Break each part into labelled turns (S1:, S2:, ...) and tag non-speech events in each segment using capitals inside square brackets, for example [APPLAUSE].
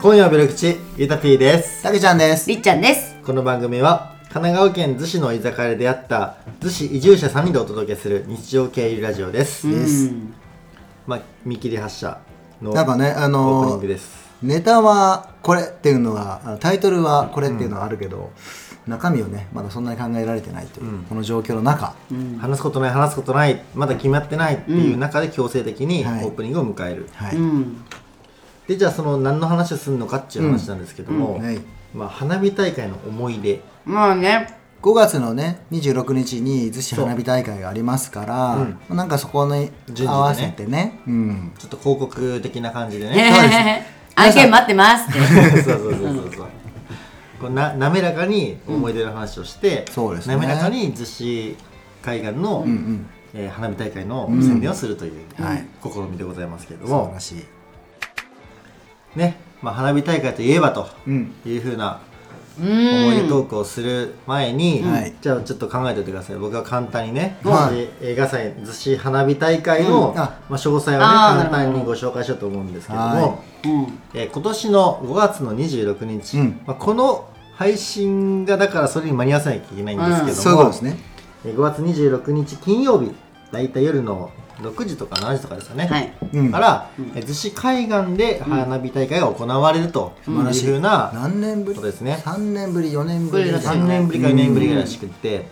S1: 今夜はベル口ゆたぴーです
S2: たけちゃんです。
S3: りっちゃんです。
S1: この番組は神奈川県逗子の居酒屋で出会った逗子移住者3人でお届けする日常系ゆるラジオです、
S2: です
S3: うん
S1: まあ見切り発車のオ
S2: なんか
S1: ー
S2: ね、あ
S1: プニン
S2: の
S1: グ
S2: ー
S1: です、
S2: ネタはこれっていうのが、あのタイトルはこれっていうのはあるけど、中身をね、まだそんなに考えられてないという、この状況の中、
S1: 話すことない話すことないまだ決まってないっていう中で強制的にオ
S2: はい
S1: ープニングを迎える、
S2: はい。
S3: うん。
S1: でじゃあその何の話をするのかっていう話なんですけども、
S2: はい
S1: まあ、花火大会の思い出
S3: まあね。
S2: 5月のね26日に逗子花火大会がありますから、なんかそこに
S1: 順次でね
S2: 合わせてねうん
S1: ちょっと広告的な感じで
S3: [LAUGHS]
S1: ね
S3: 案件待ってますって。 [LAUGHS]
S1: そうそうそうそうそう。こうな滑らかに思い出の話をして、
S2: そうですね
S1: 滑らかに逗子海岸の、
S2: うん
S1: えー花火大会の宣伝をするという、
S2: はい
S1: 試みでございますけれど
S2: 素晴
S1: も
S2: ら、しい
S1: ね、まあ花火大会といえばと
S2: うん
S1: いうふうな
S3: う
S1: 思い出
S3: ん。
S1: トークをする前に、
S2: はい
S1: じゃあちょっと考えておいてください。僕が簡単にね、
S2: は
S1: 逗子映画祭逗子花火大会の、
S2: うん
S1: ま
S2: あ
S1: あ詳細をね
S3: あー
S1: 簡単にご紹介しようと思うんですけれど
S2: はい
S1: も。
S3: うん。
S1: えー今年の5月の26日、
S2: うん
S1: まあ、この配信がだからそれに間に合わせなきゃいけないんですけども、
S3: うん
S2: そういうことですね
S1: えー5月26日金曜日だいたい夜の6時とか7時とかですよね、
S3: はい
S2: うん
S1: から、えー逗子海岸で花火大会が行われるという
S2: 晴らしい
S1: ふうな、
S2: 何年ぶり
S1: ことですね
S2: 3年ぶり4年ぶり
S3: ぶりらしい
S1: 3年ぶりか4年ぶりぐらいらしくって、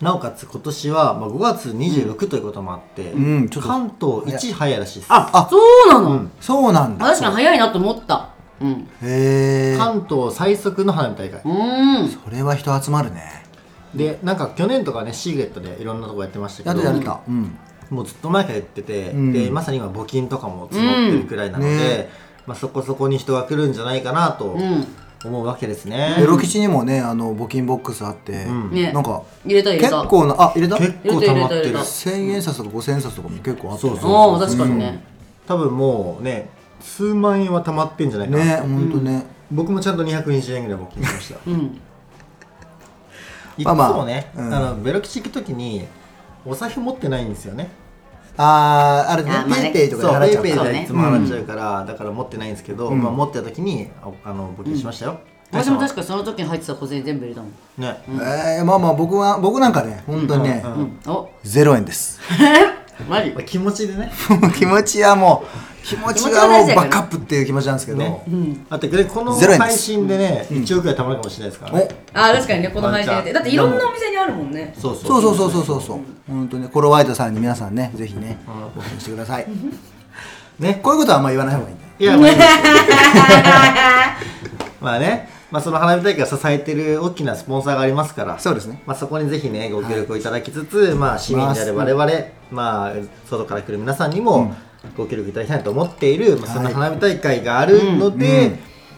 S1: なおかつ今年は、まあ、5月26ということもあって、
S2: うんちょっと
S1: 関東一早いらしいです、
S3: あ、そうなの。
S2: そうなん
S3: あ
S2: だ
S3: 確かに早いなと思った。うん。
S2: へえ
S1: 関東最速の花火大会
S3: うん。
S2: これは人集まるね
S1: でなんか去年とかねシークレットでいろんなとこやってました
S2: や
S1: け
S2: る
S1: ど
S2: やるたうん
S1: もうずっと前から言ってて、
S2: うん
S1: でまさに今募金とかも募ってるくらいなので、
S2: うんね
S1: まあ、そこそこに人が来るんじゃないかなと
S3: うん。
S1: 思うわけですね、
S2: ベロ吉にもねあの募金ボックスあって、
S1: ん
S3: ね
S2: なんか
S3: 入れた入れ
S2: 結
S3: た。
S2: 構なあ入れた
S1: 結構溜まって
S3: 入れた入れ
S1: る
S3: た
S2: 1000円札とか5000円札とかも結構あって、
S1: そうそう
S3: おお、確かにね。
S1: 多分もうね数万円は溜まってんじゃないかな、
S2: ねほんとね、
S1: 僕もちゃんと220円ぐらい募金しました
S2: [LAUGHS]
S3: うん。
S1: いつ
S2: まあまあ
S1: もね、
S2: うん
S1: あのベロ吉行く時にお財布持ってないんですよね
S2: あーあれね
S3: あーまあね
S2: ペイペイ
S1: そ
S2: と
S1: う
S2: かで
S1: ペ
S2: 払っ
S1: イペイ
S2: ちゃうから
S3: そう
S1: で
S3: ね
S1: いつも払っちゃうから、だから持ってないんですけど、
S2: うん
S1: まあ、持ってた時にああの募金しましたよ、
S3: 私も確かその時に入ってた小銭全部入れたもん。
S1: ね、
S2: えー、まあまあ僕は僕なんかね本当にね、
S1: うん
S3: うん。お、
S2: ゼロ円です
S3: [LAUGHS] マジ
S1: まあ。気持ちでね
S2: 気持ちはもう気持ちは
S3: 気持ちは大事
S2: もうバッ
S3: だから
S2: クアップっていう気持ちなんですけど、
S1: ねあってねこの
S2: ゼロ円です
S1: 配信でね、1億円貯まるかもしれないですからね
S2: お
S3: あ、確かにね、この配信
S1: ワンチャ
S3: で。
S1: ン
S3: だっていろんなお店にあるもんね。
S1: そうそ
S2: そうそうそうそうそうそう本当にコロワイトさんに皆さんねぜひね募金してください
S1: ね
S2: こういうことはあんま言わない方がいいんだよ
S1: いやまあいいです [LAUGHS] まあね、まあ、その花火大会を支えてる大きなスポンサーがありますから
S2: そうですね
S1: まあ、そこにぜひねご協力をいただきつつ、まあ市民である我々、まあ、外から来る皆さんにもご協力いただきたいと思っている、まあ、そんな花火大会があるので、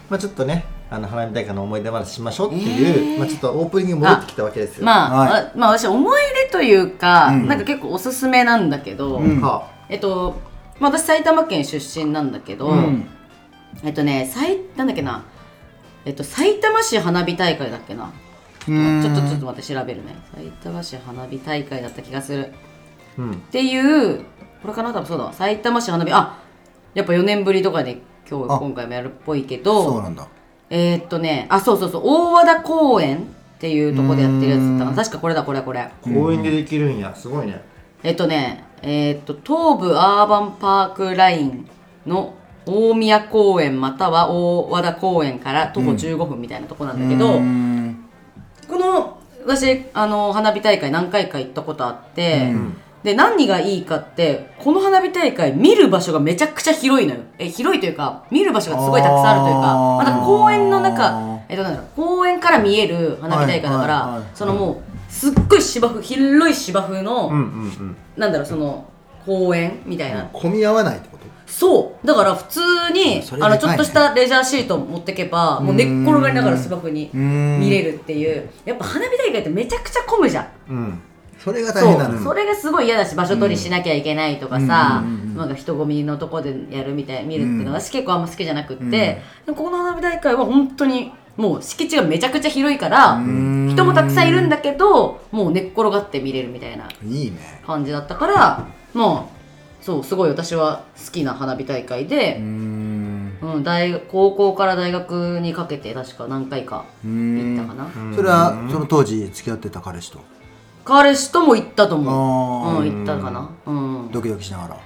S1: まあ、ちょっとねあの花火大会の思い出話しましょうっていう、まあ、ちょっとオープニングに戻ってきたわけですよ。
S3: まあ、
S2: はい
S3: あまあ私思い出というか、
S2: うん
S3: なんか結構おすすめなんだけど、
S2: うん
S1: は
S3: えっと、まあ、私埼玉県出身なんだけど、
S2: うん
S3: えっとねさいなんだっけなえっと埼玉市花火大会だっけな
S2: うーん
S3: ちょっとちょっと待って調べるね埼玉市花火大会だった気がする
S1: うん
S3: っていうこれかな多分そうだ埼玉市花火あやっぱ4年ぶりとかで今日
S2: あ
S3: 今回もやるっぽいけ
S2: そう
S3: ど
S2: なんだ
S3: えーっとねあそうそうそう大和田公園っていうとこでやってるやつだったかな確かこれだこれこれ
S1: 公園でできるんやすごいね。
S3: えっとね、えっと、東部アーバンパークラインの大宮公園または大和田公園から徒歩15分みたいなとこなんだけど、
S2: うーん
S3: この私あの花火大会何回か行ったことあって、で何がいいかってこの花火大会見る場所がめちゃくちゃ広いのよえ広いというか見る場所がすごいたくさんあるというか
S2: あー
S3: また公園の中、えっと、なんだろう公園から見える花火大会だから、
S2: はいはいはい
S3: そのもうすっごい芝生広い芝生の、
S1: うんうんうん
S3: なんだろうその公園みたいな、
S2: 混み合わないってこと
S3: そうだから普通に
S2: それ
S3: あ
S2: でかいね
S3: のちょっとしたレジャーシート持ってけばもう寝っ転がりながら芝生に
S2: うーん
S3: 見れるっていうやっぱ花火大会ってめちゃくちゃ混むじゃん
S1: うん
S2: それが大
S3: そ
S2: 変なの
S3: うそれがすごい嫌だし場所取りしなきゃいけないとかさ、なんか人混みのとこでやるみたい見るっていうのが私結構あんま好きじゃなくって、でもここの花火大会は本当にもう敷地がめちゃくちゃ広いから
S2: ん
S3: 人もたくさんいるんだけどもう寝っ転がって見れるみたいない
S2: いね
S3: 感じだったからまあそうすごい私は好きな花火大会
S2: うー
S3: で、
S2: ん
S3: うん、大高校から大学にかけて確か何回か行ったかな
S2: それはその当時付き合ってた彼氏と
S3: 彼氏とも行ったと思
S2: あ
S3: う、うん、行ったかなうんう
S2: ドキドキしながら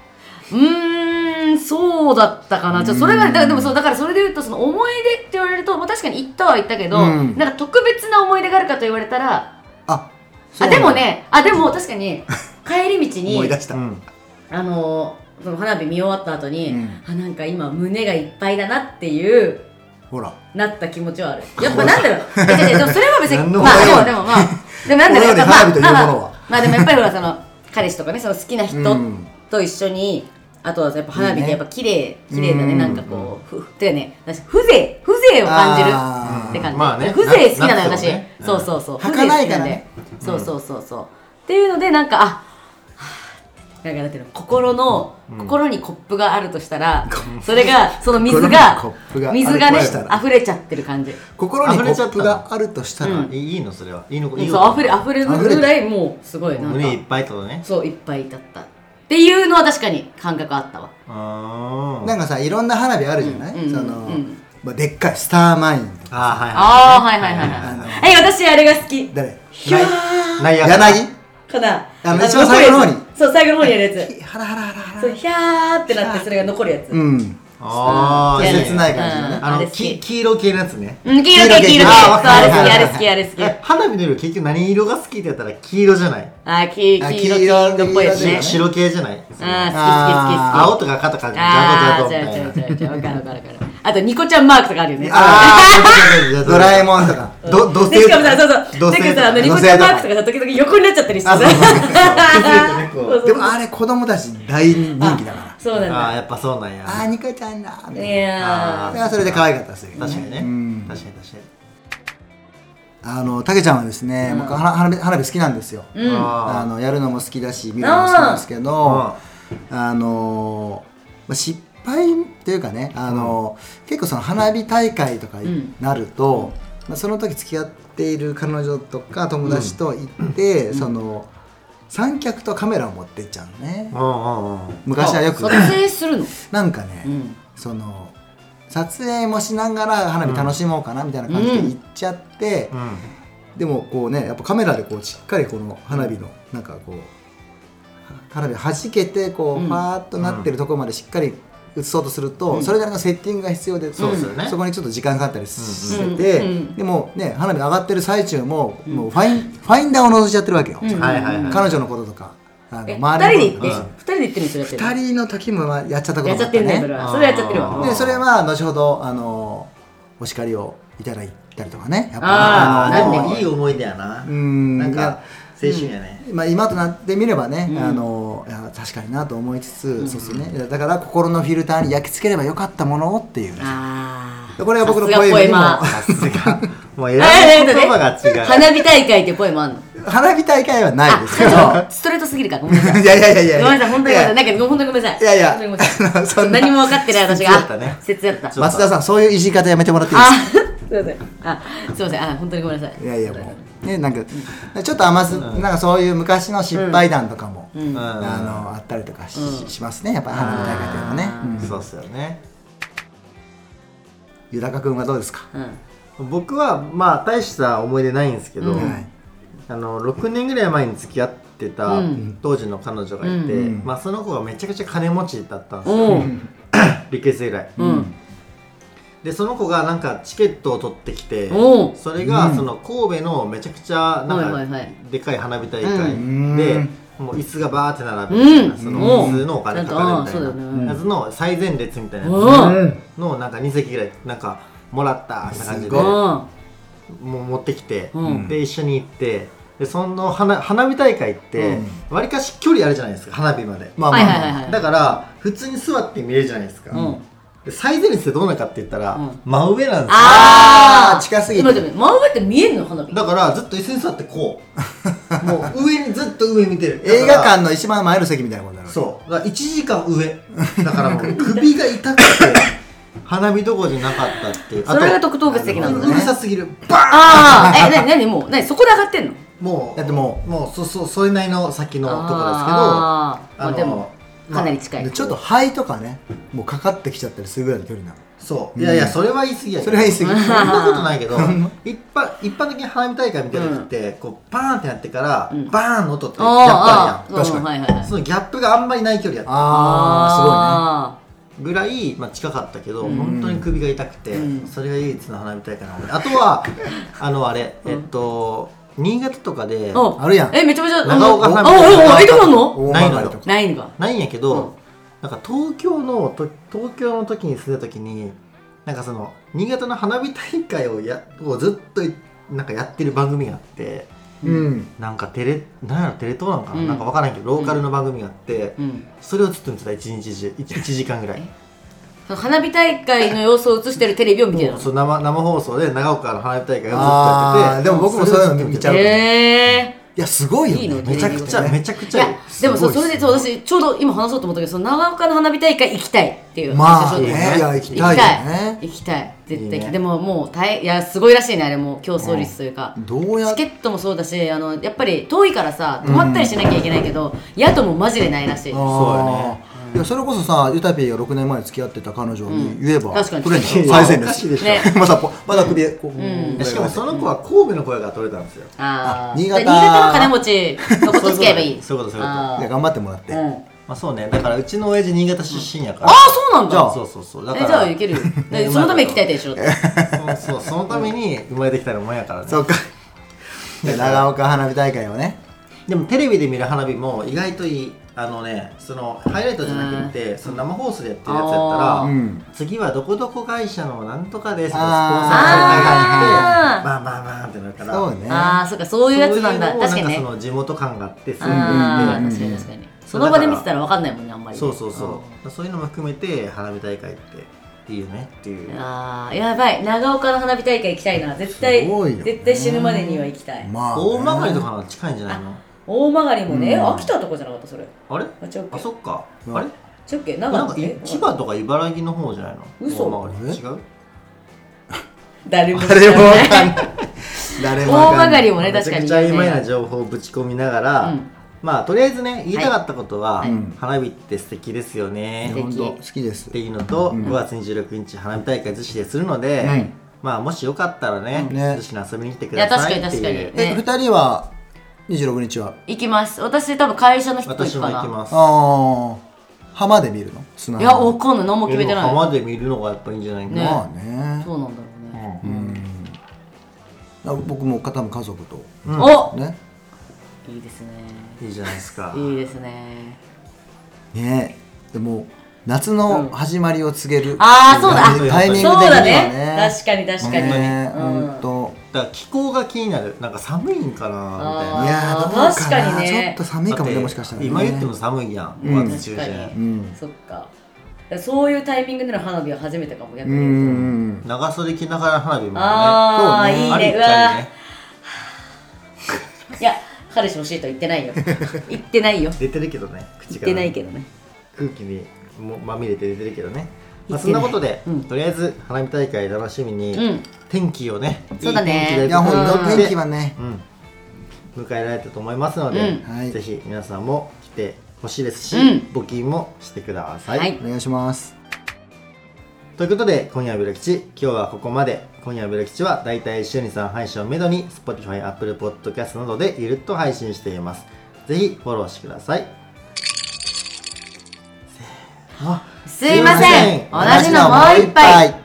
S3: ーんそうだったかなちょそれがだからでもそうだからそれで言うとその思い出って言われると、まあ、確かに行ったは行ったけど、
S2: うん
S3: なんか特別な思い出があるかと言われたら
S2: あそ
S3: あ
S2: うな
S3: で
S2: んだ
S3: もねあでも確
S2: [LAUGHS]
S3: かに帰り道に
S2: 思い出した、
S1: うん
S3: あのその花火見終わった後に、
S2: うん
S3: あなんか今胸がいっぱいだなっていう
S2: ほら
S3: なった気持ちはあるやっぱなんだろう
S2: [LAUGHS]
S3: いやいやでもそれは別
S1: 何
S3: に
S1: の
S3: まあ
S1: 話
S3: でもでもまあでもなんだろう
S2: 俺らに
S3: やっぱ
S2: 花火という
S3: まあ
S2: もの
S3: ま
S2: は
S3: あまあでもやっぱりほらその彼氏とかねその好きな人
S2: うん
S3: と一緒にあとはやっぱ花火ってやっぱ綺麗綺麗だね
S2: うん
S3: なんかこうふてかね私風情風情を感じる
S2: あー
S3: って感じ、
S1: まあね
S3: 風情好きなのよ
S1: な
S3: 私、
S1: な
S3: そうそうそう風
S2: 儚
S3: 情
S2: い
S3: 好き
S2: か
S3: なん
S2: ら
S3: で、
S2: ね
S3: そうそうそうそうっていうのでなんかあはぁなんかなんていうの心の、心にコップがあるとしたら、それがその水が
S2: 心にコップがある
S3: 水がね
S2: としたら
S3: 溢れちゃってる感じ
S2: 心にコップがあるとしたら、
S3: う
S1: いいいいのそれはいいのいい
S3: そう溢れ溢れる
S2: 溢れ
S3: ぐらいもうすごいなん
S1: 胸いっ
S3: か
S1: ぱいってことね
S3: そういっぱいだったっていうのは確かに感覚あったわ
S1: あー
S2: なんかさいろんな花火あるじゃない、
S3: うんうん
S2: その、
S3: うん
S2: まあ、でっかいスターマインとか
S1: あ
S3: ああはいはいはいはいえ私あれが好き
S2: 誰
S3: ひゃー
S1: ーはいはい
S2: 柳
S3: かな
S2: あの
S3: の
S2: 一番最後の方に
S3: 残るやつそう最後の方にやるやつ
S2: ハラハラハラハ
S3: そう
S2: ラ
S3: ひゃーってなってそれが残るやつ
S2: うん
S1: あー
S2: うん
S1: いいね
S2: 切ない感じだね
S3: うん
S1: あ
S3: あれ
S1: の
S3: 好
S1: き
S3: き
S1: 黄色系のやつね
S3: うん、黄色系、黄
S2: 黄色
S3: 色系。そう
S2: 系あわか
S3: あ
S2: る
S3: れ好き、あれ
S2: はいはいはい
S3: 好き、あれ好き。
S1: え花火の色結局何色が好きってやったら黄色じゃない
S3: あ、黄
S2: あ
S3: 黄
S2: 黄色
S3: 色、黄色っぽいですね。
S1: 白系じゃない
S3: あー、
S1: 青
S3: 好き、
S1: と
S3: 好き、好き、好き。
S1: か赤とかジャ
S3: あ
S1: ド
S3: ー、
S1: ジ
S3: 違
S1: ャド
S3: う
S1: みたい
S3: 違
S1: な
S3: う違う違う。わかるわかるわかる。あと、ニコちゃんマークとかあるよね。
S1: あ
S2: ドラえ
S1: ん
S2: もんとか
S1: ど土
S3: で
S1: 星
S3: し
S1: と
S3: かもさ、そうそ
S1: 土
S3: う。だ
S1: 星
S3: け
S1: と
S3: どさ、あ
S1: か
S3: の、
S1: ね
S3: ニコちゃんマークとかさ、時々横になっちゃったりしてさ。 [LAUGHS]
S1: あそうそうそう
S3: そうそう
S2: でもあれ子供たち大人気だから
S3: そうなん
S1: あ
S3: だ。
S1: ーやっぱそうなんや
S2: あーニコちゃんだーみた
S3: い
S2: いな
S1: あー
S3: や
S2: それはそれで可愛かったですけど
S1: 確かにね
S2: うん
S1: 確かに確かに
S2: あのたけちゃんはですね、僕は花火花火好きなんですよ、
S3: ー。うん。
S2: あ
S1: あ
S2: のやるのも好きだし見るのも好きなんですけど
S1: あ
S2: あのまあ失敗っていうかねあの、結構その花火大会とかになると、まあ、その時付き合っている彼女とか友達と行って、その三脚とカメラを持ってっちゃうのね
S1: ーうんうんうん
S2: 昔はよく
S3: 撮影するの。
S2: なんかね、
S3: うん。
S2: その撮影もしながら花火楽しもうかなみたいな感じで行っちゃって、
S1: うん
S2: でもこうねやっぱカメラでこうしっかりこの花火のなんかこうは花火弾けてこ
S3: うん
S2: うファーっとなってるところまでしっかり映そうとすると、
S3: うん
S2: それなりのセッティングが必要で、
S1: そうですよね
S2: そこにちょっと時間かかったりして
S3: う
S2: て、
S3: んうん
S2: でもね花火上がってる最中も,、もうファインファインダーを覗いちゃってるわけよ、
S3: うん
S1: はいはいはい
S2: 彼女のこととかあ
S3: え、
S2: の
S3: 二
S2: 周
S3: 人
S2: り
S3: で
S2: の
S1: う
S2: ことと
S3: 行って
S2: か
S1: ん。
S3: 二人で行ってるのそれやってる。
S2: 二人の時もやっちゃったこと
S3: やっ
S2: も
S3: ち
S2: あ
S3: ゃ
S2: っ
S3: っ
S2: た
S3: てるね、それ
S2: ね
S3: は。それやっちゃってる
S1: あ
S3: わ。
S1: ー
S2: でそれは後ほどあのお叱りをいただいたりとかねやっ
S3: あ
S2: ぱ
S1: あ
S2: り
S1: ー
S2: の
S1: でもいい思い出やな
S2: うん
S1: なんか青春やね
S2: まあ、今となってみればね、
S3: うん
S2: あのいや確かになと思いつつ、そうですねいやだから心のフィルターに焼き付ければよかったものをっていう、
S3: あー
S2: これが僕の
S3: さすが
S2: ポエムにも
S3: マ
S1: さすがもう選ぶ
S3: えー
S1: 言葉が違う
S3: 花火大会ってポエムあんの
S2: 花火大会はないですけどい
S3: あ、ストレートすぎるからごめんなさい。
S2: [LAUGHS] やいやいやいや
S3: ごめんなさい、本当にごめんな
S2: や
S3: さい。なんか本当にごめんなさい。
S2: いやいや
S3: 本当にごめんなさ
S2: あ
S3: い
S2: のそんな
S3: 何も分かってない私が。
S1: 節やったね
S3: 節やった。
S1: ちょ
S2: 松田さんそういういじり方やめてもらっていいですか
S3: あ、すいません。あ、すいません。あ、本当にごめんなさい。
S2: いやいやもうねなんかちょっと甘す、なんかそういう昔の失敗談とかも、
S1: うん
S2: あのあったりとかし,、
S3: うん
S2: しますねやっぱり花火大会というのはね、うん
S1: そうっすよね
S2: 豊君はどうですか、
S3: うん。
S1: 僕はまあ大した思い出ないんですけど、
S3: うん
S2: はい
S1: あの6年ぐらい前に付き合ってた
S3: うん
S1: 当時の彼女がいて、
S2: うん
S1: まあ、その子がめちゃくちゃ金持ちだったんですよ
S3: おう。
S1: リクエスト以来、
S3: うん。
S1: でその子がなんかチケットを取ってきて
S3: おう
S1: それが
S2: うん
S1: その神戸のめちゃくちゃな
S3: はい
S1: ん
S3: はいは
S1: か
S3: い
S1: でかい花火大
S3: う
S1: 会
S2: ん
S1: でもう椅子がバーって並ぶみたいな、
S3: うん
S1: その
S3: うん
S1: 普通のお金かかるみたい
S3: ちゃんとあーそうだよ
S1: な
S3: ね
S1: やつの最前列みたいなや
S3: おう
S2: うん
S1: つのなんか2席ぐらいなんかもらったみたいな感じで
S2: すごい
S3: お
S1: もう持ってきて、
S3: うん
S1: で一緒に行ってでその花花火大会って
S2: うん
S1: わりかし距離あるじゃないですか花火まで、
S2: ま
S3: う。はいはいはいはい。
S1: だから普通に座って見れるじゃないですか、
S3: うん
S1: で最前列ってどうなるかって言ったら、
S3: うん
S1: 真上なんです
S3: あ
S2: あー近すぎて
S3: て。待って待って真上って見えんの花火。
S1: よだからずっと椅子に座ってこう
S3: [LAUGHS]
S1: もう上にずっと上見てる
S2: 映画
S1: だから
S2: 館の一番前の席みたいなことになる
S1: そうだから1時間上だから
S3: [LAUGHS]
S1: もう首が痛くて花火どころじゃなかったっていう
S3: それが特等別的な
S1: あ
S3: ん
S1: と
S3: だ
S1: うる
S3: ね。
S1: さすぎるバーン
S3: ああ、え、なになにもう、なにそこで上がってんの
S1: もう
S2: だっても
S1: うもうそそそれなりの先のとこですけど
S3: あーまあ
S1: の
S3: でも、かなり近
S2: で
S3: い。
S2: ちょっと肺とかねもうかかってきちゃったりするぐらいの距離なの
S1: そういやいやそれは言い過ぎやけど
S2: それは言い過ぎ
S1: そんなことないけど一般一般的に花火大会みたいな時って、こうバーンってなってから、
S3: うん
S1: バーンの音ってやっぱ
S3: あ
S1: あ
S3: ーあー、
S1: るやん
S2: 確かに
S3: うんはいはいはい。
S1: そのギャップがあんまりない距離やった
S2: ああ
S3: あ
S1: ぐらい、まあ、近かったけど、
S3: うん
S1: 本当に首が痛くて、
S3: うん
S1: それが唯一の花火大会なのであとはあのあれえっと新潟とかで
S3: ーお
S2: すごいねあるやん
S3: え、めちゃめちゃ。あ
S1: 長岡花火
S3: あ、おおおえ、どうなんの
S2: 大
S1: ない
S2: 曲が
S1: の
S2: り
S1: よ
S2: とか
S3: ないんか。
S1: ないんやけ
S3: うん
S1: ど、なんか東京のと東京の時に住んだ時になんかその新潟の花火大会をやをずっといなんかやってる番組があって
S2: うん
S1: なんかテレなんやろテレ東なんかな、
S3: うん
S1: なんかわからんけどローカルの番組があって、
S3: うん。
S1: それをずっと見てた一日中一一時間ぐらい
S3: その花火大会の様子を映してるテレビを見てる
S1: も
S3: の
S1: う。そう生生放送で長岡の花火大会をずっとやって
S2: あー
S1: て
S2: でも僕もそういうの見ちゃうから
S3: へ
S2: いやすごいよ
S3: いいの
S2: ね
S3: ね
S1: めちゃくちゃめちゃく
S3: ー。い
S1: ちゃいい
S3: や、でもそう、
S2: す
S3: そ
S2: ごい
S3: れで、そう、私、ちょうど今話そうと思ったけど、その長岡の花火大会行きたいっていう
S2: ま
S3: 話
S1: そ
S2: あ
S3: をちょっと
S1: うです
S2: ね
S1: ね
S2: いや行き
S3: 行
S2: たい
S3: き
S2: よ
S3: たい。
S2: ね
S3: 行きたい。絶対行き
S1: いい
S3: た
S1: ね
S3: い。でももう、大いや、すごいらしいね、あれも、競争率というか。
S2: どうや
S3: チ
S2: っ
S3: ケットもそうだし、あの、やっぱり遠いからさ、泊まったりしなきゃいけないけど、宿もマジでないらしい。
S1: そうやね
S2: あーいやそれこそさユタピーが6年前に付き合ってた彼女に言えば、
S3: うん確かに
S2: 取れんじゃん
S1: いや
S2: 最前
S1: おかしい
S2: 列
S1: で
S3: し
S2: [LAUGHS]
S3: ょ
S2: まだポまだ首こう、
S3: ん
S1: しかもその子は神戸の声が取れたんですよ
S3: あ
S2: あ
S3: ー
S2: 新潟
S3: で新潟の金持ちのことつけばいい。
S1: そういうことそういうこと
S3: あ
S2: いや
S3: ー
S2: 頑張ってもらって、
S3: うん
S1: まあそうねだからうちの親父新潟出身やから
S3: あーそうなんだ
S1: じゃあそうそうそうだか
S3: え
S1: ら
S3: じゃあいける
S1: [LAUGHS]
S3: よでそのために鍛えたでしょって
S1: そうそうそのために生まれてきたのもんやからね
S2: そっか [LAUGHS] いや長岡花火大会をね
S1: でもテレビで見る花火も意外といいあのねそのハイライトじゃなくてその生放送でやってるやつやったら、
S3: あーうん
S1: 次はどこどこ会社のなんとかですとかスポンサーが入っ
S3: あー
S1: てバンバンバンってなるから
S2: そうね
S3: ああそっかそういうやつなんだ
S1: そういうのも
S3: 確かに
S1: ん
S3: ね
S1: かその地元感があってすごい
S3: ああ
S1: いい
S3: 確
S1: んで
S3: かに確かにその場で見てたら分かんないもんねあんまりね
S1: そうそうそうそういうのも含めて花火大会っていいよねっていう
S3: ああやばい長岡の花火大会行きたいな絶対
S2: すごいよね
S3: 絶対死ぬまでには行きたい
S2: まあね、
S1: 大曲とかの近いんじゃないの
S3: 大曲りもねえ
S2: うん
S3: 秋田とこじゃなかったそれ
S1: あれ
S3: あ違うっけ
S1: あそっか
S2: うん
S1: あれ
S3: 違うっけ
S1: なん
S3: 長
S1: か
S3: 野え
S1: 千葉とか茨城の方じゃないの
S3: 嘘
S1: 大曲違う
S3: 誰も知
S2: 誰も
S3: ら
S2: わ
S3: ない
S2: かんない誰もわ
S3: 大
S2: かんな
S3: 曲
S2: い
S3: りもね確かに
S1: めちゃくちゃ曖昧な情報をぶち込みながら、
S3: うん
S1: まあとりあえずね言いたかったことは、
S3: はい
S2: うん
S1: 花火って素敵ですよね、
S3: 素敵
S2: 本当好きです
S1: っていうのと、
S2: うん
S1: 5月26日花火大会逗子でするので、
S2: うん
S1: まあもしよかったらね
S2: うんね
S1: 逗子、に遊びに来てください
S3: いや
S1: って
S3: 確
S1: いう
S3: かに確かに
S2: え
S3: ね
S2: 二人は26日は
S3: [LAUGHS] 行きます私多分会社の人と行
S1: 私
S3: く
S1: も
S3: か
S1: 行き
S3: な
S1: ます
S2: ああ浜で見るの砂
S3: いやわかんない何も決めて
S1: でも
S3: ない
S1: 浜で見るのがやっぱいいんじゃないかな、
S3: ね
S2: まあね
S3: そうなんだろうね
S1: う
S2: うんんあ僕も片も家族と
S1: うん
S3: お
S2: ね
S3: いいですね
S1: いいじゃないですか
S3: いいですね。
S2: ねでも夏の始まりを告げる、
S3: ああ、そう
S1: い
S3: だ。
S1: や
S2: タイミング的に
S3: そう
S2: は
S3: だ
S2: ね
S3: ね。確かに確かに。
S2: ね
S3: うん
S2: 本当
S1: だから気候が気になるなんか寒いんかなみたい
S3: あー
S1: ない
S2: やーどう
S3: 確
S2: か
S3: か
S2: な
S3: にね
S2: ちょっと寒いかも
S1: だ
S2: ね
S1: って
S2: もしかしたら、ね、
S1: 今言っても寒いやん
S2: うん
S1: 5月中
S3: 確か
S1: 旬
S2: う
S3: に
S2: ん
S3: そっか。そういうタイミングでの花火は初めてかも。逆
S2: う
S3: に
S2: んう
S3: 言うと
S2: ん
S1: 長袖着ながら花火もね
S3: ああ、
S2: そうね
S3: いい
S1: あり
S3: ね。
S1: っ
S3: う
S1: ちゃ
S3: わ
S1: いいね
S3: ー。いや、彼氏欲しいとは言ってないよ。言ってないよ。
S1: 出てるけどね口
S3: 言っ
S1: から
S3: てないけどね。
S1: 空気にもまみれて出てるけどね、まあ、
S3: 言ってない
S1: そんなことで、
S3: うん
S1: とりあえず花火大会楽しみに、
S3: うん
S1: 天気をね
S3: そうだね
S1: いい天気
S2: いや
S1: で
S2: 本当
S3: うん
S2: 天気はね
S1: うん、迎えられたと思いますので、
S3: うん
S2: はい
S1: ぜひ皆さんも来てほしいですし、
S3: うん
S1: 募金もしてください、
S3: はい。
S2: お願いします
S1: ということで今夜はベロ吉今日はここまで今夜はベロ吉はだいたい週に3配信をめどに Spotify、Apple Podcast などでゆるっと配信していますぜひフォローしてくださいせーの
S3: すいません。同じのもう一杯。